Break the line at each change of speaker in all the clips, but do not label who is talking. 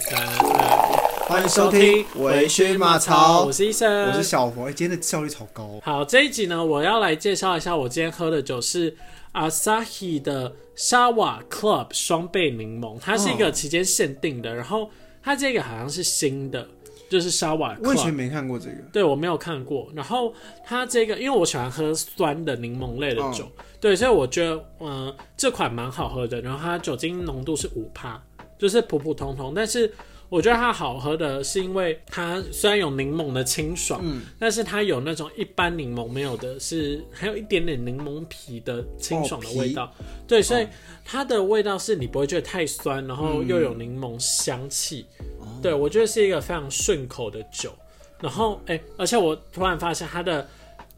三二，
欢迎收听《微醺马槽
我》，是医生，
我是小黄。哎今天的效率超高哦，
好，这一集呢，我要来介绍一下我今天喝的酒是 Asahi 的 Sawa Club 双倍柠檬，它是一
哦
个期间限定的，然后它这个好像是新的，就是 Sawa
我以前
Club。
没看过 这个。
对，我没有看过。然后它这个，因为我喜欢喝酸的柠檬类的酒，
哦
对，所以我觉得，嗯、这款蛮好喝的。然后它酒精浓度是五趴，就是普普通通，但是我觉得它好喝的是因为它虽然有柠檬的清爽，但是它有那种一般柠檬没有的是，还有一点点柠檬皮的清爽的味道。对，所以它的味道是你不会觉得太酸，然后又有柠檬香气。对，我觉得是一个非常顺口的酒。然后，哎、而且我突然发现它的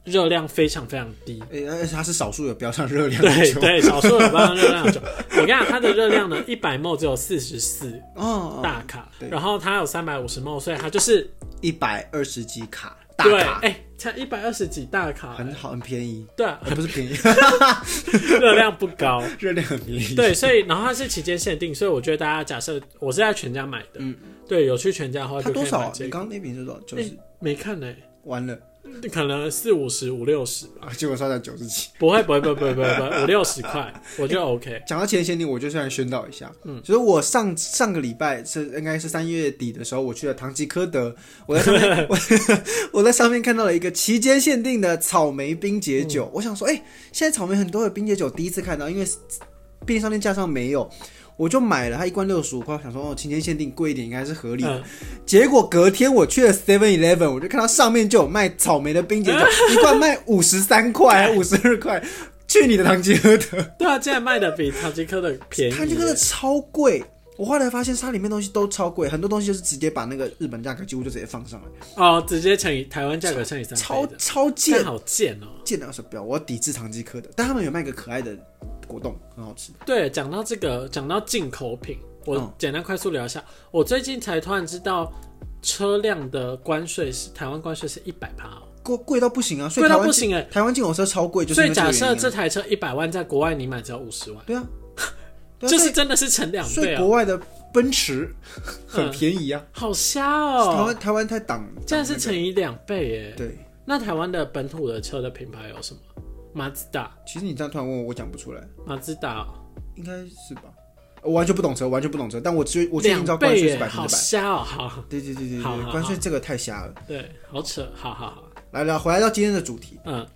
热量非常非常低。
哎，而且它是少数有标上热量的
对
酒。
对，少数有八热量的酒。我跟你讲，它的热量呢，一百 ml 只有四十四
哦，
大卡，
对
然后它有三百五十 ml，所以它就是
一百二十几卡，大
对，
卡，
哎、才一百二十几大卡、
很好，很便 宜。
对啊，
哎不是便宜，
热量不 高。
热量很便宜。
对，所以然后它是期间限定，所以我觉得大家假设我是在全家买的，对，有去全家的话
嗯它
就可
多
以
少
买
啊？
这
你
个。
刚刚那瓶是多少？九十，
没看呢、
完了，
可能四五十、五六十吧，
啊结果算到九十几。
不会，不会，不会，不会，不会，五六十 块，我就
哎
OK。
讲到前限定，我就算宣导一下，嗯，就是我上上个礼拜是应该是三月底的时候，我去了唐吉诃德，我在上面我 我在上面看到了一个期间限定的草莓冰解酒，我想说，哎、现在草莓很多的冰解酒第一次看到，因为便利商店架上没有。我就买了，它一罐六十五块，我想说哦，期间限定贵一点应该是合理的。
嗯
结果隔天我去了 Seven Eleven，我就看到上面就有卖草莓的冰解酒，一罐卖五十三块，五十二块。去你的唐吉诃德！
对啊，现在卖的比唐吉诃德便宜。
它这个超贵。我后来发现它里面东西都超贵，很多东西就是直接把那个日本价格几乎就直接放上来，
哦，直接乘以台湾价格乘以三
超
倍的，
超
这
贱
好贱哦。
贱到手表，我要抵制唐吉诃德，但他们有卖个可爱的果冻，很好吃。
对，讲到这个，讲到进口品，我
嗯
简单快速聊一下。我最近才突然知道，车辆的关税是台湾关税是一百趴哦。
贵贵到不行啊，所以
贵
台
到
湾
不
进
行哎、
台湾进口车超贵，就是
所以
因为这
假
个
设
原因
这
啊
台车一百万，在国外你买只要五十万，
对啊， 对啊
就是
所以
真的是乘两
所
倍
以
哦、
国外的奔驰很
嗯
便宜啊，
好瞎
台
哦、
湾台湾太挡，
这样
挡
是乘以两倍耶、
那个对。
那台湾的本土的车的品牌有什么？马自达，
其实你这样突然问我，我讲不出来，
马自达哦
应该是吧？我完全不懂车，完全不懂车，但我只我最近
两
知道关
倍
税
耶、
是百分
好
之百。
瞎哦、好，
对对对对
好好好
对，关税这个太瞎了。
对，好扯，好好好，
来聊回来到今天的主题，
嗯。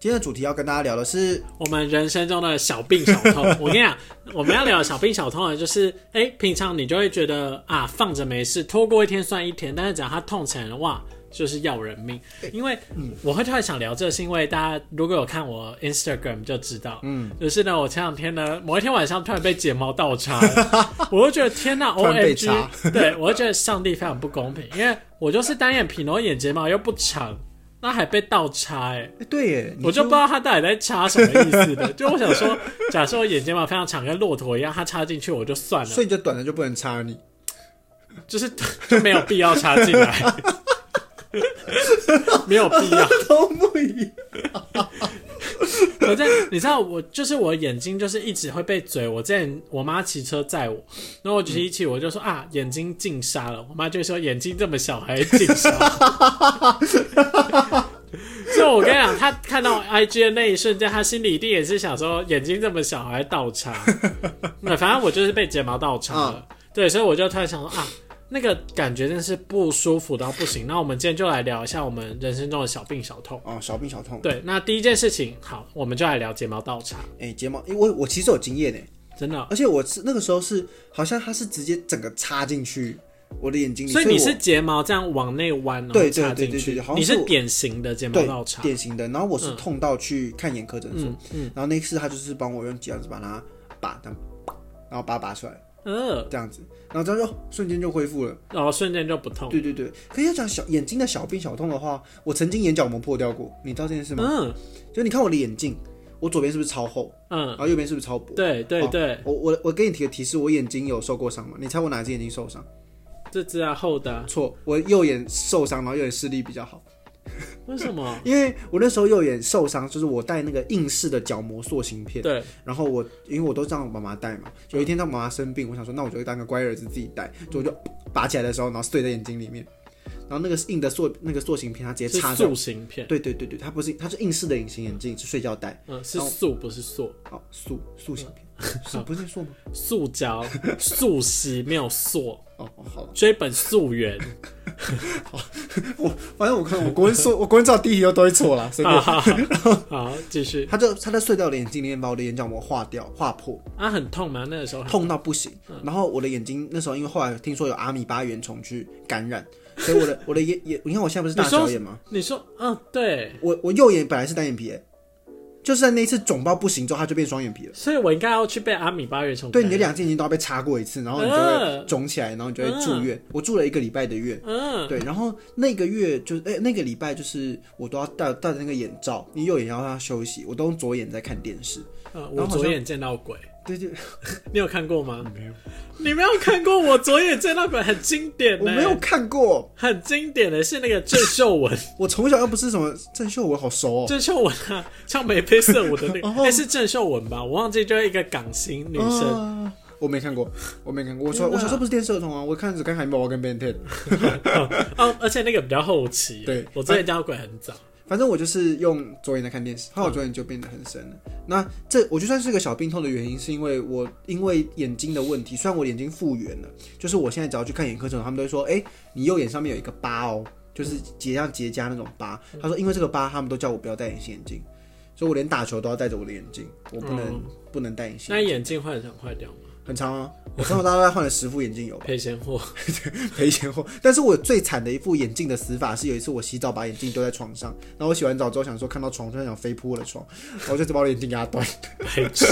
今天的主题要跟大家聊的是，
我们人生中的小病小 痛。我跟你讲，我们要聊的小病小痛呢，就是哎、诶平常你就会觉得啊，放着没事，拖过一天算一天，但是只要它痛起来的话。就是要人命，因为嗯我会突然想聊这，是因为大家如果有看我 Instagram 就知道，嗯，就是呢，我前两天呢，某一天晚上突然被睫毛倒插了， 我就觉得天呐
突然被
，OMG，
插
对我就觉得上帝非常不公平，因为我就是单眼皮，然后眼睫毛又不长，那还被倒插、欸，哎，
诶对耶，你
我就不
说
知道他到底在插什么意思的。就我想说，假设我眼睫毛非常长，跟骆驼一样，他插进去我就算了，
所以你就短的就不能 插你，
就是 就没有必要插进来， 没有必要。
都不一样。
可是你知道 我，就是我眼睛就是一直会被嘴。我之前我妈骑车载我，然后我骑一骑我就说啊眼睛进沙了，我妈就说眼睛这么小还进沙。 所以我跟你讲，她看到 IG 的那一瞬间，她心里一定也是想说眼睛这么小还倒插。那反正我就是被睫毛倒插了，对，所以我就突然想说啊。那个感觉真是不舒服到不行。那我们今天就来聊一下我们人生中的小病小痛。
哦，小病小痛。
对，那第一件事情，好，我们就来聊睫毛倒插，
哎、睫毛，因为我我其实有经验呢，
真的。
而且我是那个时候是好像它是直接整个插进去我的眼睛里，
所
所
以你
我
是睫毛这样往内弯，然后
对对
插进
对对对
去
对好，像
你
是
是
我
典型的睫毛
对
倒插，嗯
典型的，然后我是痛到去看眼科诊所，然后那次他就是帮我用几样子把它拔，这样，然后把它拔出来，
呃，
这样子，然后这样就瞬间就恢复了。
然后瞬间就不痛，
对对对，可是要讲小眼睛的小病小痛的话，我曾经眼角膜破掉过，你知道这件事吗？
嗯
就你看我的眼镜，我左边是不是超厚，
嗯，
然后右边是不是超薄？
对对
哦
对，
我我我给你提个提示，我眼睛有受过伤吗？你猜我哪只眼睛受伤？
这只啊厚的啊，
错，我右眼受伤，然后右眼视力比较好，
为什么？
因为我那时候右眼受伤，就是我戴那个硬式的角膜塑形片。
对，
然后
嗯
我因为我都让我妈妈带嘛，有一天她妈妈生病，我想说那我就当个乖儿子自己带，所以我就拔起来的时候，然后对在眼睛里面，然后那个硬的塑那个塑形片，它直接
是
插在
塑形片，
对对对对，它不是它是硬式的隐形眼镜，是睡觉戴，
嗯，是塑不是塑，
哦，塑塑形片，
嗯
是不是塑吗？
塑胶、 塑形没有塑，
哦哦，好了，
追本溯 源。
我
嗯
反正我看我国 文说，我国文照第一题都都会错了，随
好
便。
好好，继续。
他就他在隧道的眼睛里面把我的眼角膜划掉划破，
啊，很痛吗？那个时候很
痛到不行。
嗯
然后我的眼睛那时候因为后来听说有阿米巴原虫去感染，所 以我的我的眼眼，你看我现在不是大小眼吗？
你说，嗯，对，
我我右眼本来是单眼皮、欸，就是在那一次肿到不行之后，它就变双眼皮了。
所以我应该要去被阿米巴原虫
对，
感
你的
染
两只眼睛都要被插过一次，然后你就会
呃
肿起来，然后你就会住院。我住了一个礼拜的院，
嗯，
对，然后那个月就哎、那个礼拜就是我都要戴戴着那个眼罩，你右眼要让它休息，我都用左眼在看电视。
呃，
然后
我
好像
左眼见到鬼，
对对，
你有看过吗？没有，你没有看过我左眼见到鬼，很经典
我
呢、
没有哦看过，
很经典欸的是那个郑秀文，
我从小又不是什么郑秀文，好熟哦。
郑秀文啊，唱《眉飞色舞》的那个，
哦
哎、是郑秀文吧？我忘记，就是一个港星女生。
啊我没看过，我没看过。我小
天哪
我小时候不是电视儿童啊，我看只看海绵宝宝跟 Ben
哦，而且那个比较后期。啊
对
我之前交鬼很早。
反正我就是用左眼在看电视，后来我左眼就变得很深了。那这我就算是个小病痛的原因，是因为我因为眼睛的问题，虽然我眼睛复原了，就是我现在只要去看眼科诊所，他们都会说，哎、你右眼上面有一个疤哦，就是结像结痂那种疤。他说因为这个疤，他们都叫我不要戴隐形眼镜，所以我连打球都要戴着我的眼镜，我不能、不能戴隐形
那
眼镜，
眼镜换成坏掉吗？
很长啊。我从小到大换了十副眼镜有吧。
赔钱货。
赔钱货。但是我最惨的一副眼镜的死法是，有一次我洗澡把眼镜丢在床上，然后我洗完澡之后想说看到床，突然想飞扑我的床，然后我就只把我的眼镜给它断。
白痴。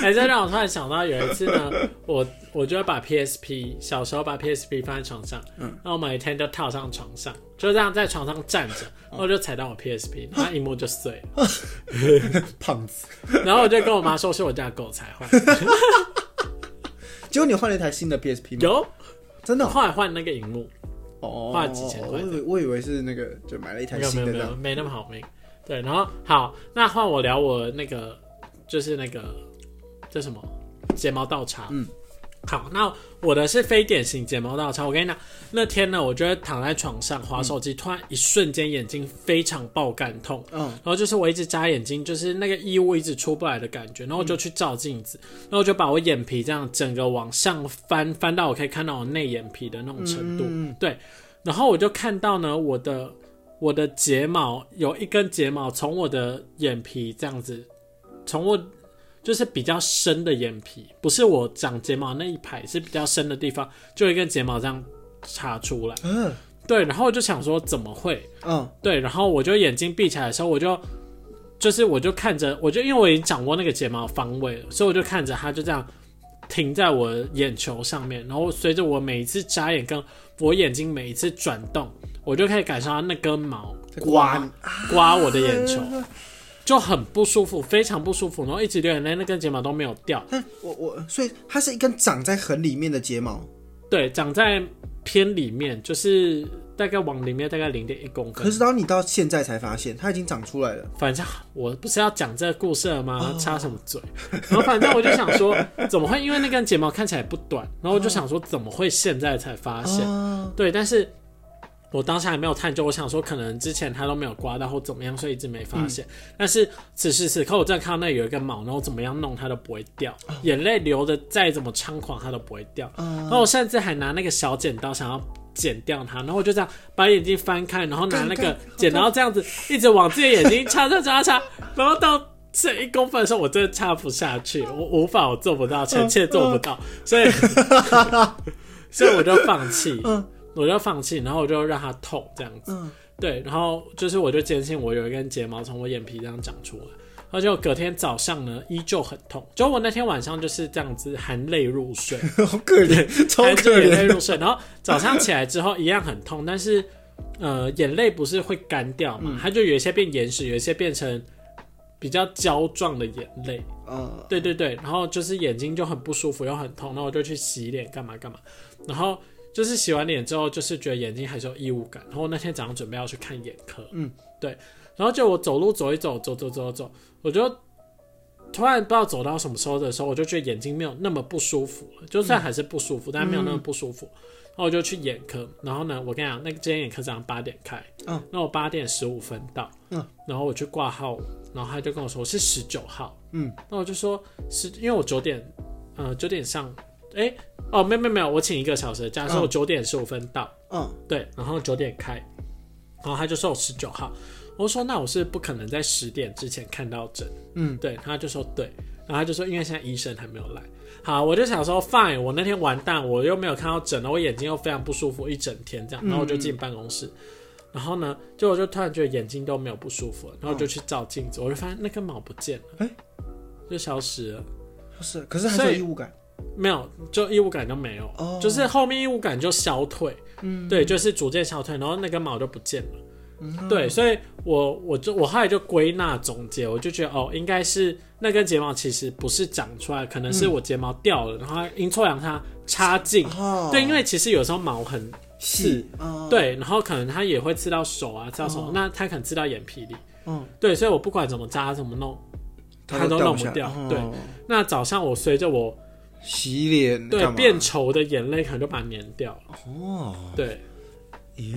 哎、这让我突然想到有一次呢，我我就会把 PSP 小时候把 PSP 放在床上，嗯，然后我每天就套上床上，就这样在床上站着，然后就踩到我 PSP，然后荧幕就碎了，
胖子，
然后我就跟我妈说是我家狗踩坏，
结果你换了一台新的 PSP 吗？
有，
真的哦
后来换那个荧幕，
哦，
花了几千块
我以为我以为是那个就买了一台
没有没有
新的
没
这
有
样。
没那么好命，对，然后好，那换我聊我那个就是那个这什么睫毛倒插，
嗯。
好，那我的是非典型睫毛倒插。我跟你讲，那天呢，我就会躺在床上划手机，突然一瞬间眼睛非常爆感痛，
嗯，
然后就是我一直眨眼睛，就是那个异物一直出不来的感觉，然后
嗯
我就去照镜子，然后我就把我眼皮这样整个往上翻，翻到我可以看到我内眼皮的那种程
嗯
度，对，然后我就看到呢，我的我的睫毛有一根睫毛从我的眼皮这样子，从我就是比较深的眼皮，不是我长睫毛那一排，是比较深的地方，就有一根睫毛这样插出来，
嗯
对，然后我就想说怎么会？
嗯
对，然后我就眼睛闭起来的时候，我就就是我就看着，我就因为我已经掌握那个睫毛方位了，所以我就看着它就这样停在我眼球上面，然后随着我每一次眨眼跟我眼睛每一次转动，我就可以感受到那根毛
在刮
刮刮我的眼球，就很不舒服，非常不舒服，然后一直流眼泪，那根睫毛都没有掉，
但我我所以它是一根长在很里面的睫毛，
对，长在偏里面，就是大概往里面大概零点一公分
可。是当你到现在才发现它已经长出来了。
反正我不是要讲这个故事了吗？插什么嘴？然后反正我就想说，怎么会？因为那根睫毛看起来不短，然后我就想说，怎么会现在才发现？
啊，
对，但是我当时还没有探究，我想说可能之前它都没有刮到或怎么样，所以一直没发现。但是此时此刻，我真的看到那里有一根毛，然后怎么样弄它都不会掉，眼泪流的再怎么猖狂它都不会掉。然后我甚至还拿那个小剪刀想要。剪掉它，然后我就这样把眼睛翻开，然后拿那
干干
个剪刀这样子一直往自己的眼睛插插插插，然后到这一公分的时候，我真的插不下去，我我无法，我做不到，臣妾做不到，所以 所以我就放弃，我就放弃，然后我就让它痛这样子，
嗯
对，然后就是我就坚信我有一根睫毛从我眼皮这样长出来，而且我隔天早上呢依旧很痛，就我那天晚上就是这样子含泪入睡，
好可怜，超
含着
可
眼泪
怜。
入睡，然后早上起来之后一样很痛，但是呃眼泪不是会干掉
嗯
嘛，它就有一些变岩石，有一些变成比较胶状的眼泪，
嗯，
对对对，然后就是眼睛就很不舒服，又很痛，然后我就去洗脸干嘛干嘛，然后就是洗完脸之后，就是觉得眼睛还是有异物感，然后那天早上准备要去看眼科，
嗯，
对，然后就我走路走一走，走走走走，我就突然不知道走到什么时候的时候，我就觉得眼睛没有那么不舒服了，就算还是不舒服，
嗯
但没有那么不舒服。然后我就去眼科，然后呢，我跟你讲，那个间眼科早上八点开，
嗯，
那我八点十五分到，
嗯，
然后我去挂号，然后他就跟我说我是十九号，
嗯，
那我就说是因为我九点，呃，九点上，哎、哦，没有没有没有，我请一个小时的假，所以我九点十五分到，
嗯
对，然后九点开，然后他就说我十九号，我说那我是不可能在十点之前看到诊，
嗯，
对，他就说对，然后他就说因为现在医生还没有来，好，我就想说 fine，我那天完蛋，我又没有看到诊了，我眼睛又非常不舒服一整天这样，然后我
嗯
就进办公室。然后呢，就我就突然觉得眼睛都没有不舒服了，然后我就去照镜子，我就发现那根毛不见了，
嗯哎
就消失了。
是，可是还
所
是有
以
异物感。
没有，就异物感就没有，
哦
就是后面异物感就消退，
嗯，
对，就是逐渐消退，然后那根毛就不见了，对，所以我我就我后来就归纳总结，我就觉得哦，应该是那根睫毛其实不是长出来，可能是我睫毛掉了，然后它阴错阳差插进，
嗯哦，
对，因为其实有时候毛很
细，哦，
对，然后可能它也会刺到手啊，刺到什么，那它可能刺到眼皮里，
嗯，
对，所以我不管怎么扎怎么弄，它都
掉
弄不
下来
掉，
哦
对，那早上我随着我
洗脸
对
干嘛
变稠的眼泪可能就把它粘掉了。
哦，
对
耶，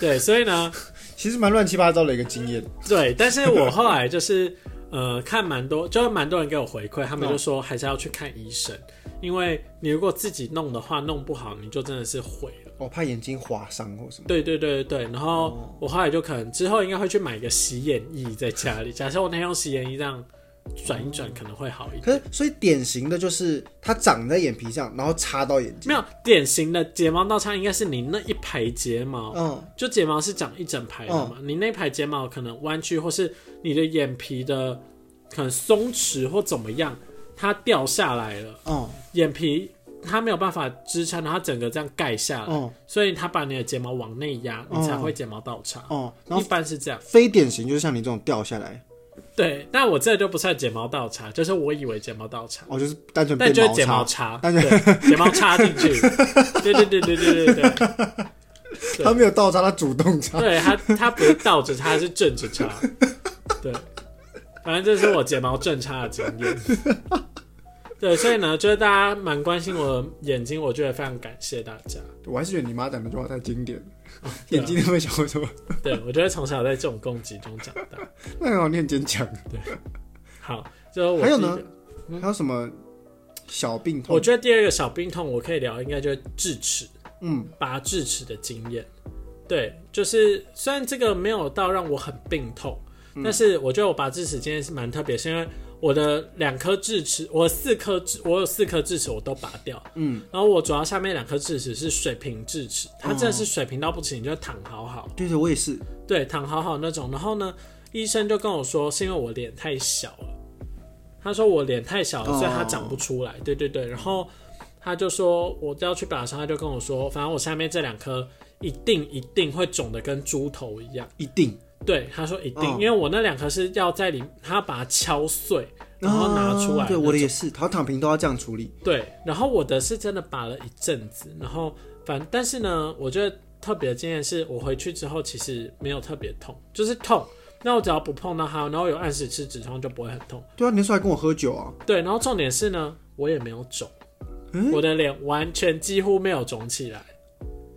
对，所以呢，
其实蛮乱七八糟的一个经验。
对，但是我后来就是呃看蛮多，就是蛮多人给我回馈，他们就说还是要去看医生，因为你如果自己弄的话，弄不好你就真的是毁了。
我怕眼睛划伤或什么。
对对对对对，然后我后来就可能之后应该会去买一个洗眼液在家里，假设我那天用洗眼液这样转一转，可能会好一点。
可是，所以典型的就是它长在眼皮上，然后插到眼睛。
没有典型的睫毛倒插，应该是你那一排睫毛，
嗯，
就睫毛是长一整排的嘛，你那排睫毛可能弯曲，或是你的眼皮的可能松弛或怎么样，它掉下来了，
哦，
眼皮它没有办法支撑，然后它整个这样盖下来，
哦，
所以它把你的睫毛往内压，你
哦
才会睫毛倒插。
哦，然
一
后
般是这样，
非典型就是像你这种掉下来，
对。但我这就不算睫毛倒插，就是我以为睫毛倒插，
哦，就是单纯
但
变
就是睫毛
毛
插，
但
对，睫毛插进去。对对对对对对对。 对
它没有倒插，它主动 插。
对他，他不是倒着插，他是正着插。对，反正这是我睫毛正插的经验。 对，所以呢，就是大家蛮关心我的眼睛，我觉得非常感谢大家。
我还是觉得你妈讲那句话太经典了，
对啊
眼睛那么小，为什么？
对我觉得从小在这种攻击中长大。
那很好，你很坚强。
好，就是我
还有
第一
呢
个，
还有什么小病痛？
我觉得第二个小病痛我可以聊，应该就是智齿
嗯，
拔智齿的经验。对，就是虽然这个没有到让我很病痛，
嗯
但是我觉得我拔智齿今天是蛮特别，是因为我的两颗智齿，我四颗智，我有四颗智齿我都拔掉，
嗯，
然后我主要下面两颗智齿是水平智齿，它
哦
真的是水平到不行，你就躺好好，
对对，我也是。
对，躺好好那种。然后呢，医生就跟我说是因为我脸太小了，他说我脸太小了，
哦
所以它长不出来。对对对，然后他就说我要去拔的时候，他就跟我说，反正我下面这两颗一定一定会肿的跟猪头一样。
一定
对，他说一定，
哦
因为我那两颗是要在里，他把它敲碎，然后拿出来、
啊对，我的也是，好躺平都要这样处理。
对，然后我的是真的拔了一阵子，然后反但是呢，我觉得特别的经验是我回去之后其实没有特别痛，就是痛。那我只要不碰到它，然后有按时吃止痛就不会很痛。
对啊，你那时候还跟我喝酒啊？
对，然后重点是呢，我也没有肿，
嗯
我的脸完全几乎没有肿起来。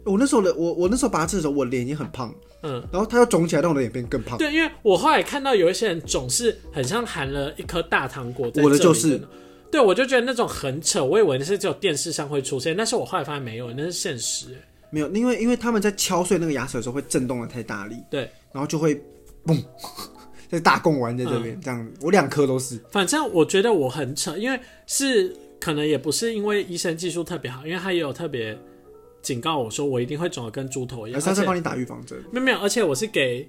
我那时候的我，我那时候拔智的时候，我脸已经很胖，
嗯，
然后它又肿起来，让我的脸变更胖。
对，因为我后来看到有一些人肿是很像含了一颗大糖果在
我的
这里
就是
呢对，我就觉得那种很扯，我以为那是只有电视上会出现，但是我后来发现没有，那是现实。
没有，因为因为他们在敲碎那个牙齿的时候会震动的太大力，
对，
然后就会嘣， 在大贡丸在这
嗯
边、这样子，我两颗都是。
反正我觉得我很扯，因为是可能也不是因为医生技术特别好，因为他也有特别警告我说我一定会肿的跟猪头一
而
样，
是他
而
在
且
哎帮你打预防针，
没有没有，而且我是给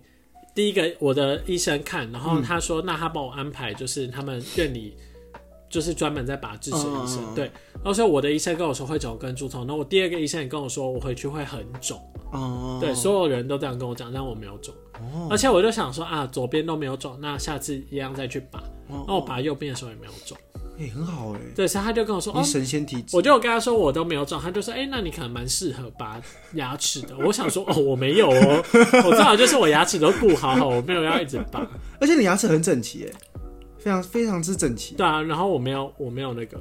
第一个我的医生看，然后他说、那他帮我安排就是他们院里就是专门在拔智齿的医生，
嗯嗯嗯
对，然后所以我的医生跟我说会肿跟猪头，那我第二个医生也跟我说我回去会很肿，
哦，
对，所有人都这样跟我讲，但我没有肿，
哦
而且我就想说啊，左边都没有肿，那下次一样再去拔，
哦
那我拔右边的时候也没有肿。
哎、很好哎、
对，所以他就跟我说，哦
你，神仙体质，
我就有跟他说我都没有撞，他就说，哎、那你可能蛮适合拔牙齿的。我想说，哦，我没有哦，我正好就是我牙齿都顾好好，我没有要一直拔。
而且你牙齿很整齐哎、非常非常之整齐。
对啊，然后我没有我没有那个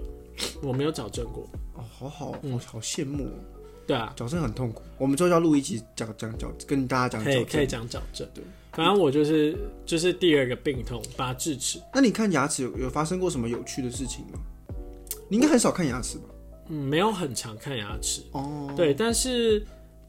我没有矫正过，
哦，好好，
嗯
好好羡慕、哦，
对啊，
矫正很痛苦。我们之后要录一集讲讲矫，跟大家讲
可以
矫
可以
正。
讲矫正
对。
反正我就是就是第二个病痛，拔智齿。
那你看牙齿有有发生过什么有趣的事情吗？你应该很少看牙齿吧？
嗯，没有很常看牙齿，
哦，
对，但是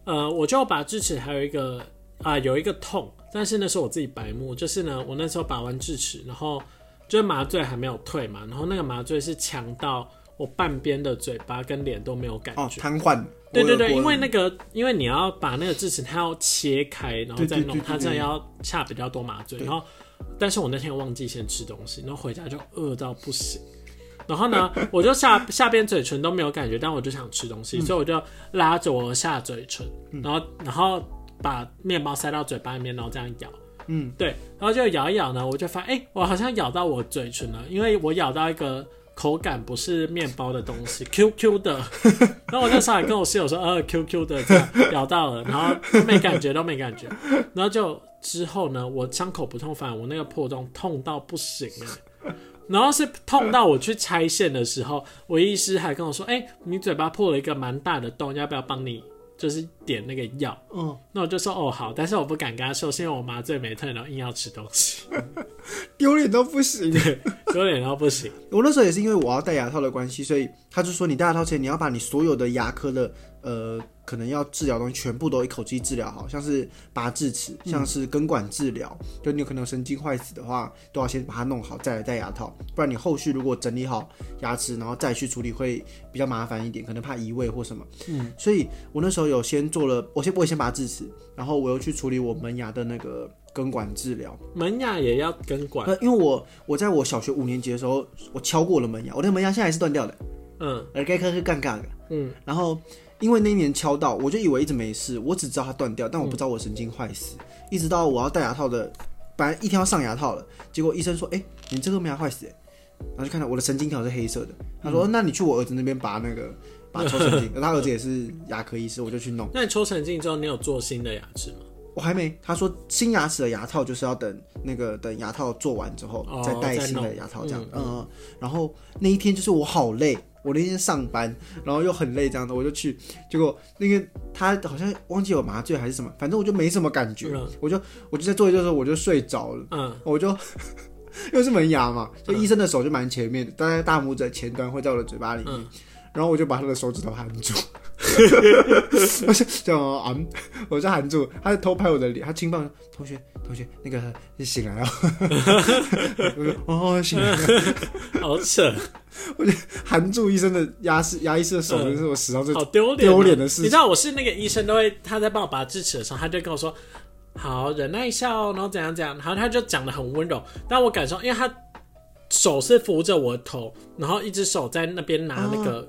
呃，我就拔智齿还有一个啊、有一个痛，但是那时候我自己白目，就是呢，我那时候拔完智齿，然后就是麻醉还没有退嘛，然后那个麻醉是强到我半边的嘴巴跟脸都没有感
哦，
觉。
瘫痪。
对
我
对
有
对，
过
因为那个，因为你要把那个智齿，它要切开，然后
对
再
对
弄，
对对
它
对
真的要下比较多麻醉。
对
然后，但是我那天忘记先吃东西，然后回家就饿到不行。然后呢，我就下下边嘴唇都没有感觉，但我就想吃东
嗯
西，所以我就拉着我的下嘴唇，然后然后把面包塞到嘴巴里面，然后这样咬。
嗯，
对，然后就咬一咬呢，我就发现，哎、我好像咬到我嘴唇了，因为我咬到一个口感不是面包的东西，Q Q 的。 然后我那时候还跟我室友说，呃，Q Q 的这样咬到了，然后都没感觉，都没感觉。然后就之后呢，我伤口不痛，反而我那个破洞痛到不行哎、 然后是痛到我去拆线的时候，我医师还跟我说，哎、你嘴巴破了一个蛮大的洞，要不要帮你就是点那个药？
嗯，
那我就说哦好，但是我不敢跟他说，是因为我麻醉没退，然后硬要吃东西，
丢脸到不行。
有点然后不行。
我那时候也是因为我要戴牙套的关系，所以他就说你戴牙套前你要把你所有的牙科的呃可能要治疗的东西全部都一口气治疗好，像是拔智齿，像是根管治疗，就你有可能有神经坏死的话，都要先把它弄好再来戴牙套，不然你后续如果整理好牙齿然后再去处理会比较麻烦一点，可能怕移位或什么。嗯，所以我那时候有先做了，我先我也先拔智齿，然后我又去处理我门牙的那个根管治疗。
门牙也要根管，
呃，因为我我在我小学五年级的时候，我敲过我的门牙，我的门牙现在还是断掉的，
嗯
耳盖颗是杠杠的。
嗯，
然后因为那一年敲到，我就以为一直没事，我只知道它断掉，但我不知道我神经坏死，一直到我要戴牙套的，本来一天要上牙套了，结果医生说，哎、你这个门牙坏死、欸，然后就看到我的神经条是黑色的，他说，那你去我儿子那边拔那个拔抽神经，他儿子也是牙科医师，我就去弄。
那你抽神经之后，你有做新的牙齿吗？
我还没，他说新牙齿的牙套就是要等那个等牙套做完之后、
哦
再戴
再
新的
弄
牙套这样
嗯，
嗯嗯。然后那一天就是我好累，我那天上班，然后又很累这样的，我就去，结果那个他好像忘记有麻醉还是什么，反正我就没什么感觉，
嗯
我就我就在做一做的时候我就睡着了，
嗯，
我就 又是门牙嘛，就医生的手就蛮前面的，大概大拇指的前端会在我的嘴巴里面，
嗯
然后我就把他的手指头含 住，我就这样啊，嗯我就含住，他就偷拍我的脸，他轻棒同学同学那个你醒来了， 我说哦醒来了，
好扯，
含住医生的牙医牙医师的手，就是我史上最
嗯好丢脸哦，
丢脸的事
你
情
知。道我是那个医生都会，他在帮我拔智齿的时候，他就跟我说，好忍耐一下哦，然后怎样怎样，然后他就讲的很温柔，但我感受，因为他手是扶着我的头，然后一只手在那边拿那
啊
个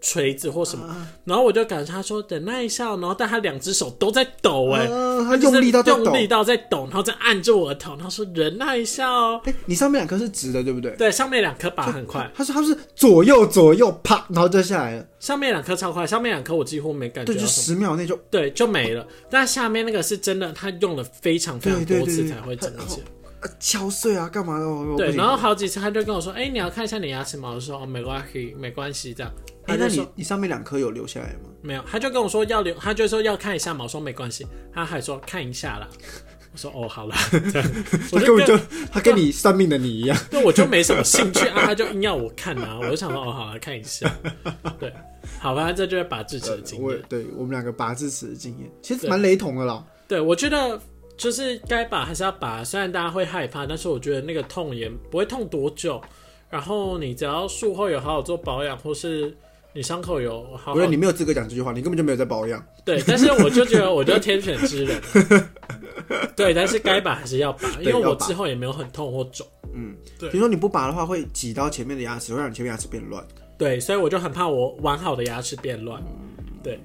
锤子或什么，然后我就感受他说忍耐一下哦，然后但他两只手都在抖、哎、
啊他用力到在
就是
抖
用。力到在抖，然后再按着我的头，然后说忍耐一下哦。
哎，你上面两颗是直的，对不对？
对，上面两颗拔很快，
他说他是左右左右啪，然后就下来了，
上面两颗超快，上面两颗我几乎没感觉
对，
到
就
什么。
十秒内就
对，就没了。但下面那个是真的，他用了非常非常
对
多
对对
次
对
才会整
很
洁。
啊敲碎啊，干嘛的？我我不
对，
行
然后好几次他就跟我说：“哎、你要看一下你牙齿吗？”我说：“哦，没关系，没关系。”这样，他
哎、那
就说
你你上面两颗有留下来吗？：“
没有。”他就跟我说要留，他就说要看一下嘛。我说：“没关系。”他还说：“看一下啦。”我说：“哦，好啦。这样啊我
他根
就
本
跟
就他跟你算命的你一样，
对我就没什么兴趣啊，他就硬要我看啊，我就想说：“哦，好啦，看一下。”对，好吧，这就是拔智齿的经
我
验。
对我们两个拔智齿的经验其实
对
蛮雷同的啦。
对，我觉得就是该拔还是要拔，虽然大家会害怕，但是我觉得那个痛也不会痛多久。然后你只要术后有好好做保养，或是你伤口有好好
不是你没有资格讲这句话，你根本就没有在保养。
对，但是我就觉得我就天选之 人。对，但是该拔还是要拔，因为
要
我
拔
之后也没有很痛或肿。对
比如说你不拔的话，会挤到前面的牙齿，会让你前面牙齿变乱。
对，所以我就很怕我完好的牙齿变乱。
嗯
对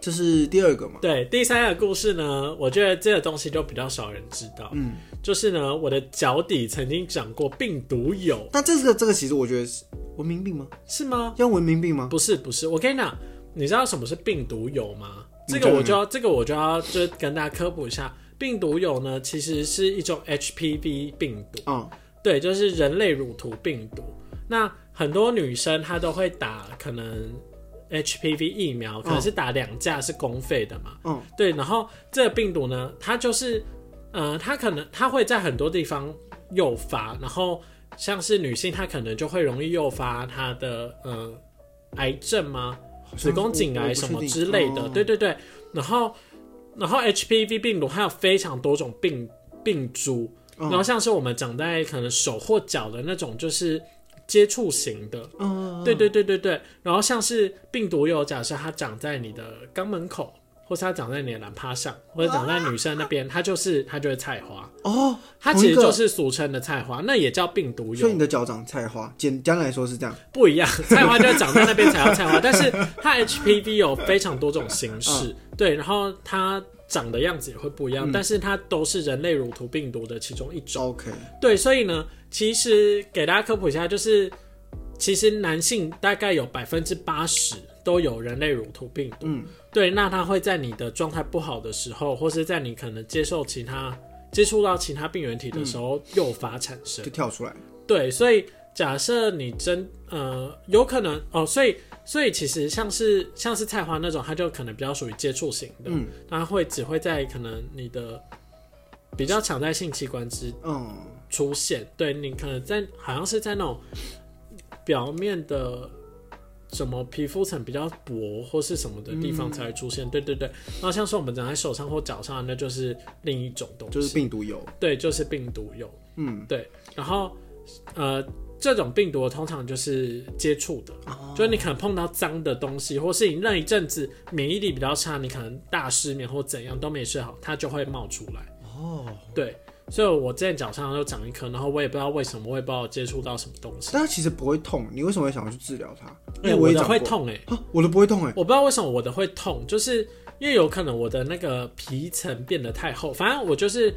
这是第二个嘛？
对，第三个故事呢，我觉得这个东西就比较少人知道。嗯，就是呢，我的脚底曾经长过病毒疣，
但这个这个其实我觉得是文明病吗？
是吗？
要文明病吗？
不是不是，我跟你讲，你知道什么是病毒疣吗？
你
这
讲
个我就要这个我就要就跟大家科普一下，病毒疣呢其实是一种 HPV 病毒，
啊、
对，就是人类乳头病毒。那很多女生她都会打可能 HPV 疫苗，可能是打两价是公费的嘛。
嗯，
对，然后这个病毒呢，它就是，呃，它可能它会在很多地方诱发，然后像是女性她可能就会容易诱发她的呃癌症吗？子宫颈癌什么之类的，对对对。然后，然后 HPV 病毒还有非常多种病病株，
嗯
然后像是我们长在可能手或脚的那种，就是接触型的，
嗯，
对对对对对。然后像是病毒有，假设它长在你的肛门口，或是它长在你的懒趴上，或者长在女生那边，它就是它就是菜花，
哦，
它其实
同一个
就是俗称的菜花，那也叫病毒
所以
疣，
你的脚长菜花，简单来说是这样。
不一样。菜花就是长在那边才叫菜花，但是 它 HPV 有非常多种形式，
嗯
对，然后它。长的样子也会不一样，但是它都是人类乳头病毒的其中一种。
OK，
对，所以呢，其实给大家科普一下，就是其实男性大概有百分之八十都有人类乳头病毒。
嗯，
对，那它会在你的状态不好的时候，或是在你可能接受其他接触到其他病原体的时候诱发产生。
就跳出来。
对，所以假设你真呃有可能哦，所以所以其实像是像是菜花那种，它就可能比较属于接触型的，
嗯
那它会只会在可能你的比较常在性器官之
嗯，
出现，对你可能在好像是在那种表面的什么皮肤层比较薄或是什么的地方才会出现，对对对。然后像是我们长在手上或脚上，那就是另一种东西，
就是病毒有。
对，就是病毒有
嗯，
对。然后呃，这种病毒通常就是接触的，
哦
就是你可能碰到脏的东西，或是你那一阵子免疫力比较差，你可能大失眠或怎样都没睡好，它就会冒出来。
哦，
对，所以我之前脚上就长一颗，然后我也不知道为什么，我也不知道我接触到什么东西，
但它其实不会痛，你为什么会想要去治疗它？因
哎、
为
我
也
的
长
会
过。
痛哎、
啊，我的不会痛哎。
我不知道为什么我的会痛，就是因为有可能我的那个皮层变得太厚，反正我就是。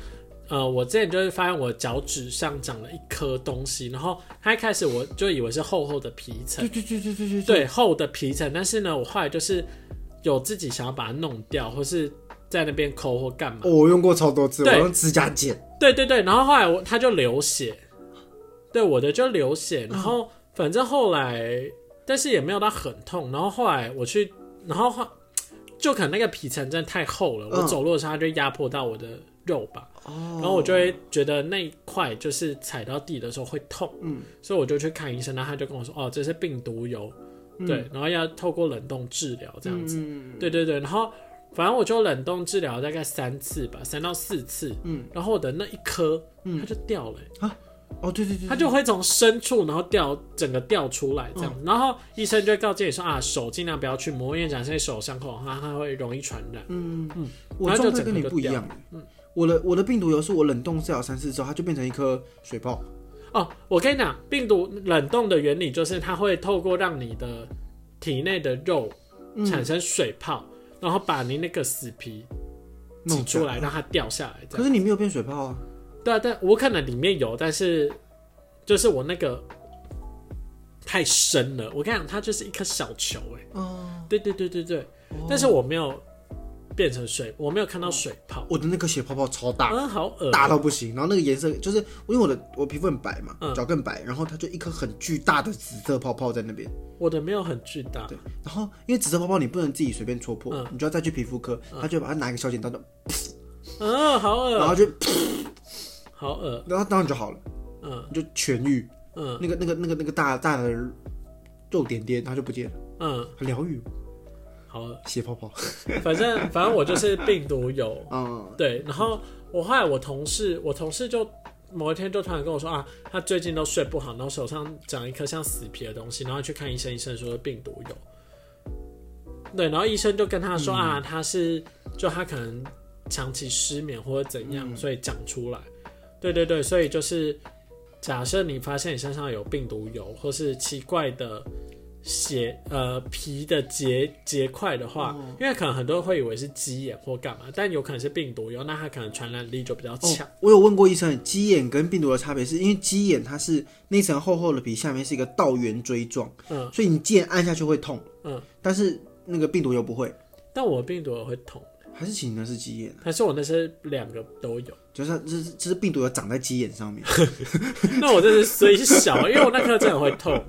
呃，我之前就是发现我脚趾上长了一颗东西，然后它一开始我就以为是厚厚的皮层
对，对对对对对
对厚的皮层，但是呢，我后来就是有自己想要把它弄掉，或是在那边抠或干嘛，
哦，我用过超多次，我
对
用指甲剪。
对对对，然后后来我他就流血，对我的就流
嗯
血，然后反正后来，但是也没有到很痛，然后后来我去，然后后就可能那个皮层真的太厚了，我
嗯
走路的时候它就压迫到我的肉吧，
哦
然后我就会觉得那一块就是踩到地的时候会痛，
嗯，
所以我就去看医生，然后他就跟我说，哦，这是病毒疣，对，然后要透过冷冻治疗这样子，
嗯
对对对，然后反正我就冷冻治疗大概三次吧，三到四次，
嗯，
然后我的那一颗，它就掉了欸、
哦，对对对，
它就会从深处然后掉，整个掉出来这
嗯
样，然后医生就会告诫你说啊，手尽量不要去摸，因为假设你手有伤口的话，它会容易传染。
嗯
嗯
我
它就
状态
整
跟
个
你
就
不一
掉嗯
样。欸我的我的病毒有是我冷冻治疗三次之后，它就变成一颗水泡。
哦，我跟你讲，病毒冷冻的原理就是它会透过让你的体内的肉
嗯
产生水泡，然后把你那个死皮挤
弄
出
掉
来，让它掉下来这样
可。是你没有变水泡啊。
对啊，但我可能里面有，但是就是我那个太深了。我跟你讲，它就是一颗小球、哎，
哦，
对对对对对，但是我没有变成水，我没有看到水泡，
我的那颗血泡泡超大，
嗯，好恶，
大到不行。然后那个颜色就是，因为我的我皮肤很白嘛，
嗯
脚更白，然后它就一颗很巨大的紫色泡泡在那边。
我的没有很巨大，
对，然后因为紫色泡泡你不能自己随便戳破，
嗯
你就要再去皮肤科，他就把它拿一个小剪刀的，
嗯，好
然
恶，
后就，
好恶，
然后当然就好了，
嗯
你就痊愈。
嗯
那个那个那个那个大大的肉点点，它就不见了，
嗯，
很疗愈。
好恶，
血泡泡，
反正反正我就是病毒有，
嗯，
对，然后我后来我同事，我同事就某一天就突然跟我说啊，他最近都睡不好，然后手上长一颗像死皮的东西，然后去看医生，医生说是病毒有。对，然后医生就跟他说、啊，他是就他可能长期失眠或者怎样，所以长出来。对对对，所以就是假设你发现你身上有病毒疣或是奇怪的血呃皮的结结块的话，因为可能很多人会以为是鸡眼或干嘛，但有可能是病毒疣，那它可能传染力就比较强。
哦，我有问过医生，鸡眼跟病毒的差别是因为鸡眼它是那层厚厚的皮，下面是一个倒圆锥状，
嗯，
所以你鸡眼按下去会痛，
嗯，
但是那个病毒又不会。
但我病毒疣会痛，
还是其实那是鸡眼，
还是我那是两个都有。
就是这是这是病毒有长在鸡眼上面。
那我真是虽小，因为我那颗真的会痛。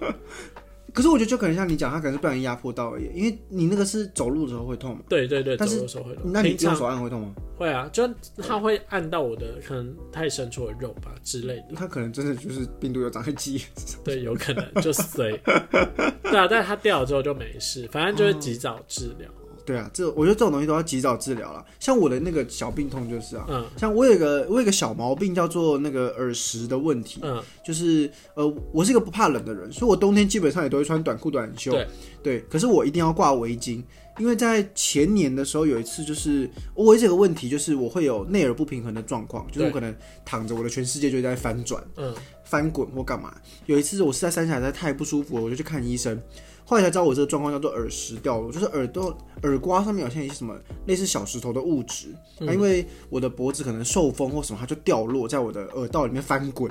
可是我觉得就可能像你讲，它可能是不小心压迫到而已，因为你那个是走路的时候会痛嘛。
对对对，
但是
走路的时候会痛。
那你
平
用
常
手按会痛吗？
会啊，就它会按到我的可能太深处的肉吧之类的，
它可能真的就是病毒有长在鸡眼。
对，有可能就碎。对啊，但是它掉了之后就没事，反正就是及早治疗。
对啊，这我觉得这种东西都要及早治疗啦。像我的那个小病痛就是啊，
嗯
像我有一个我有一个小毛病叫做那个耳石的问题，
嗯，
就是呃，我是一个不怕冷的人，所以我冬天基本上也都会穿短裤短袖。
对
对，可是我一定要挂围巾，因为在前年的时候有一次，就是我有这个问题，就是我会有内耳不平衡的状况，就是我
对
可能躺着，我的全世界就在翻转。
嗯，
翻滚或干嘛。有一次我是在三峡，实在太不舒服了，我就去看医生。后来才知道我这个状况叫做耳石掉落，就是耳朵耳刮上面有像一些什么类似小石头的物质，那、因为我的脖子可能受风或什么，它就掉落在我的耳道里面翻滚，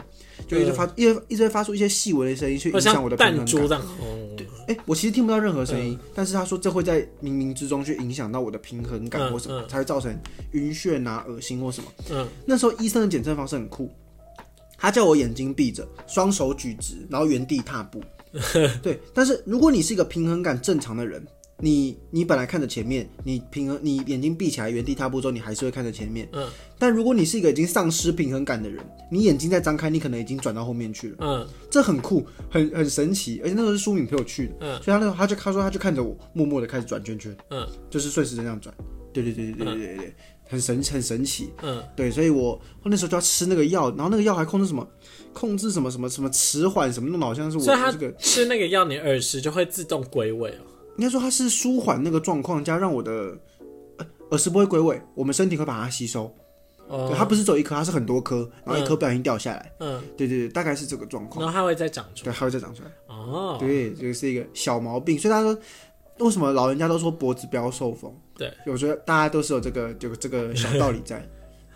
就一直发、一直一直会发出一些细微的声音去
会
影响
像
我的平
弹
衡感。
珠这样。轰
哎、我其实听不到任何声音，
嗯
但是他说这会在冥冥之中去影响到我的平衡感
嗯
或什么，才会造成晕眩啊、恶心或什么。
嗯，
那时候医生的检测方式很酷，他叫我眼睛闭着，双手举直，然后原地踏 步。对，但是如果你是一个平衡感正常的人，你你本来看着前面，你平衡，你眼睛闭起来原地踏步之后，你还是会看着前面。
嗯，
但如果你是一个已经丧失平衡感的人，你眼睛再张开，你可能已经转到后面去了。
嗯
这很酷，很很神奇，而且那时候是舒敏陪我去的，
嗯
所以他那时候他就他说他就看着我，默默的开始转圈圈，
嗯
就是顺时针这样转，对对对对对对对对，很神很神奇，
嗯，
对，所以我我那时候就要吃那个药，然后那个药还控制什么，控制什么什么什么迟缓什么，弄得好像是我
所以它
这个，
吃那个药，你耳石就会自动归位哦。
应该说它是舒缓那个状况，加让我的呃耳石不会归位，我们身体会把它吸收，对，
哦，
它不是只有一颗，它是很多颗，然后一颗不小心掉下来，
嗯，
对对对，大概是这个状况，
然后它会再长出来。
对，还会再长出来。
哦，
对，这个是一个小毛病，所以他说为什么老人家都说脖子不要受风？
对，
我觉得大家都是有这个有这个小道理在。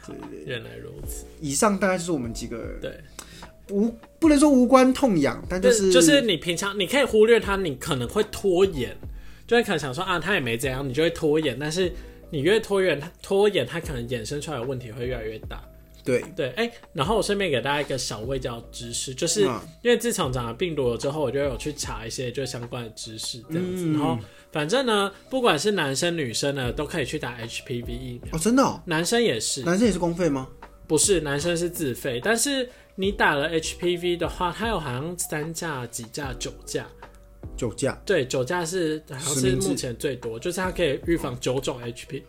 对对对，
原来如此。
以上大概就是我们几个
对，
无不能说无关痛痒，但就
就是就是你平常你可以忽略它，你可能会拖延，就会可能想说啊，它也没怎样，你就会拖延。但是你越拖延，它拖延它可能衍生出来的问题会越来越大。
对，
对，哎、然后我顺便给大家一个小卫教知识，就是
嗯
因为自从长了病毒了之后，我就有去查一些就是相关的知识这样子。然后反正呢，不管是男生女生呢，都可以去打 HPV 疫苗，
哦，真的、哦，
男生也是。
男生也是公费吗？
不是，男生是自费，但是你打了 HPV 的话，它有好像三价、几价、九价，
酒驾，
对，九价是好像
实
是
名制
目前最多，就是它可以预防九种 HP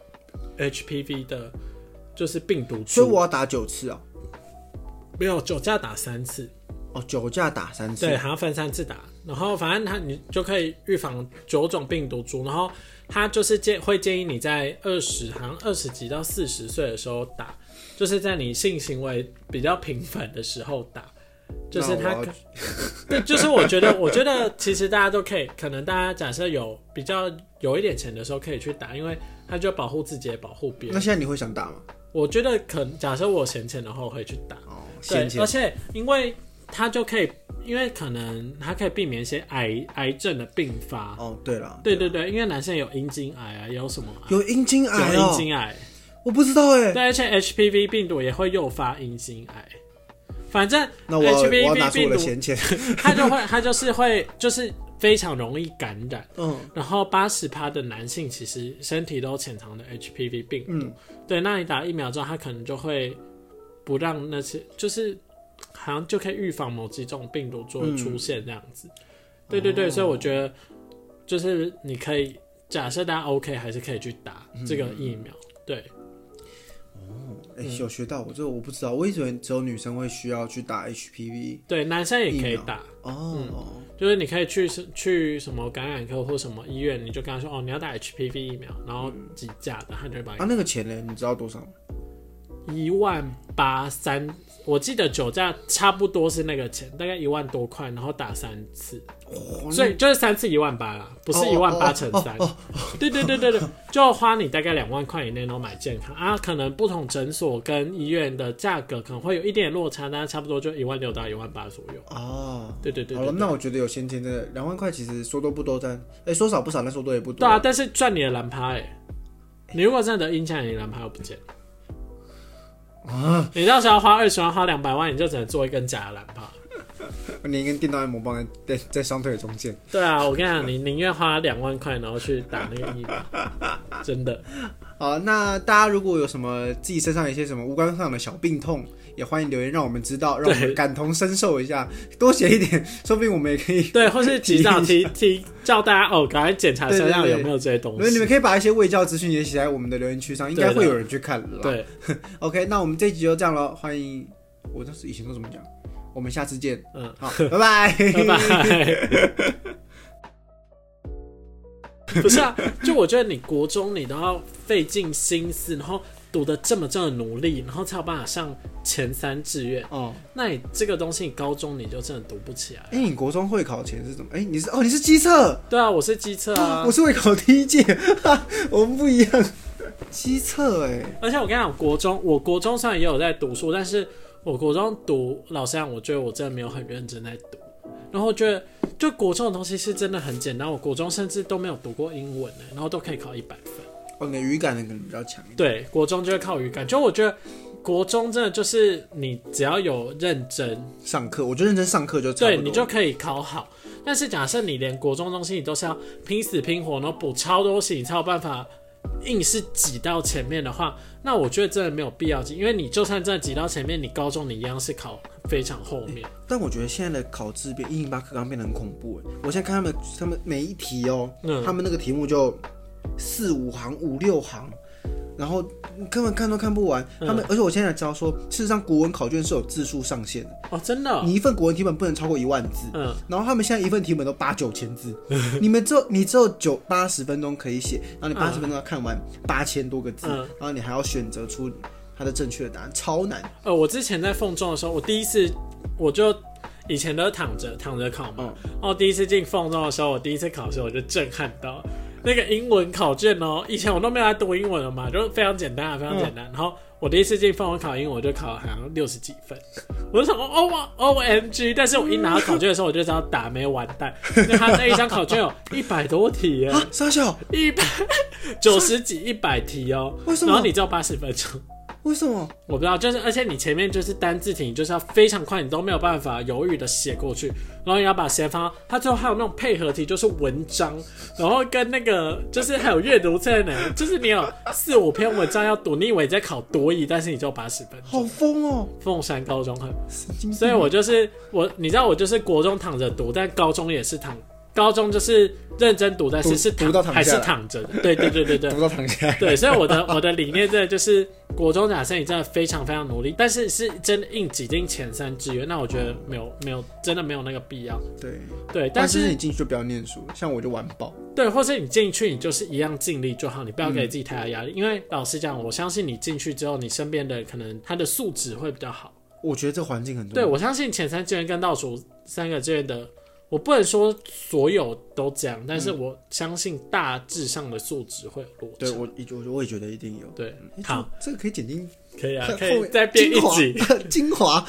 HPV 的，就是病毒
所以
株。
我要打九次哦。
没有九价打三次，
哦，酒驾打三次
对，，还要分三次打，然后反正它你就可以预防九种病毒株，然后它就是建会建议你在二十，好像二十几到四十岁的时候打，就是在你性行为比较频繁的时候打，就是
那
它
我要
可 对，就是我觉得，我觉得其实大家都可以，可能大家假设有比较有一点钱的时候可以去打，因为它就保护自己，也保护别
那
人。
现在你会想打吗？
我觉得可能假设我有闲钱的话，我会去打。
哦，
对
先，前
而且因为它就可以，因为可能它可以避免一些癌癌症的并发。
哦，对了，
对对对，因为男生有阴茎癌啊，也有什么癌？
有阴茎
有
癌
阴
哦，
茎癌。
我不知道哎、
对，而且 HPV 病毒也会诱发阴茎癌。反正
那我要我
HPV
要拿出我的
病毒
闲钱，
它就会，它就是会，就是非常容易感染。
嗯，
然后八十趴的男性其实身体都潜藏的 HPV 病毒，
嗯
对，那你打疫苗之后，它可能就会不让那些，就是好像就可以预防某几种病毒株的出现这样子。对对对，
哦
所以我觉得就是你可以假设大家 OK，还是可以去打这个疫苗。
嗯
对，
哎、有学到我这个我不知道，我一直以为只有女生会需要去打 HPV。
对，男生也可
疫
以
苗
打，
哦、
嗯
哦，
就是你可以去是去什么感染科或什么医院，你就跟他说哦，你要打 HPV 疫苗，然后
嗯
几价的，他就会把你
啊，那个钱呢？你知道多少吗？
一万八三，我记得酒驾差不多是那个钱，大概一万多块，然后打三次，
哦
所以就是三次一万八啦，不是一万八乘三。
哦
对对对对对，就花你大概两万块以内，然后买健康啊，可能不同诊所跟医院的价格可能会有一点落差，但差不多就一万六到一万八左右。
哦，
对对对
好
对
了，那我觉得有先天的
啊
两万块，其实说多不多，但哎、说少不少，但说多也不多。
对啊，但是赚你的蓝趴哎、
哎、
你如果真的得印象，你男朋友不见了，
啊！
你到时候花二十万花两百万，你就只能做一根假的蓝泡。
你跟电动按摩棒在在在双腿中间，
对啊，我跟你讲，你宁愿花两万块，然后去打那个疫苗，真 的。
好，那大家如果有什么自己身上有一些什么无关痛痒的小病痛，也欢迎留言让我们知道，让我们
对
感同身受一下，多写一点，说不定我们也可以。
对，或是及早 提提叫大家哦，赶快检查身上有没有这些东
因为你
西
们。可以把一些卫教资讯也写在我们的留言区上，应该
对的
会有人去看了。
对，
，OK，那我们这一集就这样了，欢迎。我当时以前都怎么讲？我们下次见，
嗯，
好，拜拜，
拜拜。不是啊，就我觉得你国中你都要费尽心思，然后读的这么这么努力，然后才有办法上前三志愿。
哦，
那你这个东西，你高中你就真的读不起来。
哎、你国中会考前是怎么？哎、你是哦，你是机测，
对啊，我是机测啊
哦我，是会考第一届， 哈哈我们不一样。机测，哎，
而且我跟你讲，国中我国中虽然也有在读书，但是我国中读，老实讲，我觉得我真的没有很认真在读。然后我觉得，就国中的东西是真的很简单，我国中甚至都没有读过英文呢、欸然后都可以考一百分。
哦，你的语感可能比较强一点。
对，国中就是靠语感，就我觉得国中真的就是你只要有认真，
上课，我就认真上课就差不
对
多
你就可以考好。但是假设你连国中东西你都是要拼死拼活，然后补超多东西，你才有办法硬是挤到前面的话，那我觉得真的没有必要挤，因为你就算真的挤到前面，你高中你一样是考非常后面。
但我觉得现在的考试变一零八课纲变得很恐怖哎！我现在看他们，他们每一题哦，
嗯
他们那个题目就四五行、五六行，然后根本看都看不完。
嗯
他们，而且我现在才知道说，事实上国文考卷是有字数上限的，
哦，真的哦、
你一份国文题本不能超过一万字。
嗯，
然后他们现在一份题本都八九千字，你们只有你只有九八十分钟可以写，然后你八十分钟要看完八千多个字，
嗯
然后你还要选择出它的正确的答案，超难。
呃，我之前在凤中的时候，我第一次我就以前都是躺着躺着考嘛，然后第一次进凤中的时候，我第一次考的时候我就震撼到那个英文考卷哦，以前我都没有来读英文了嘛，就非常简单啊，非常简单。然后我第一次进凤中考英文，我就考了好像六十几分，我就想哦哇 O M G，但是我一拿到考卷的时候，我就知道打没完蛋，因为他那一张考卷有一百多题耶，
啊，沙小，
一百九十几一百题哦，
为什么
然后你只有八十分钟。
为什么？
我不知道，就是而且你前面就是单字题，你就是要非常快，你都没有办法犹豫的写过去，然后你要把时间放到。它最后还有那种配合题，就是文章，然后跟那个就是还有阅读册呢，就是你有四五篇文章要读，你以为你在考多译，但是你就八十分。
好疯哦！
凤山高中很，
神经病
所以我就是我，你知道我就是国中躺着读，但高中也是躺，高中就是认真读，但
读
是是
读到躺
还
下
是
来
躺着的，对对对对对，
读到躺下来。
对，所以我的我的理念真的就是，国中假设你真的非常非常努力，但是是真的硬挤进前三志愿，那我觉得没有没有真的没有那个必要。
对，
对，但
但是
是
你进去就不要念书，像我就完爆。
对，或是你进去你就是一样尽力就好，你不要给
嗯
自己太大压力，因为老实讲，我相信你进去之后，你身边的可能他的素质会比较好。
我觉得这环境很重
对
要。
我相信前三志愿跟倒数三个志愿的。我不能说所有都这样，但是我相信大致上的素质会有落
嗯对
差。
我一我我也觉得一定有。
对，
诶
好，，
呃这这个可以剪进，
可以啊，
看
可
后
以
面
再变一
精华
集。
精华。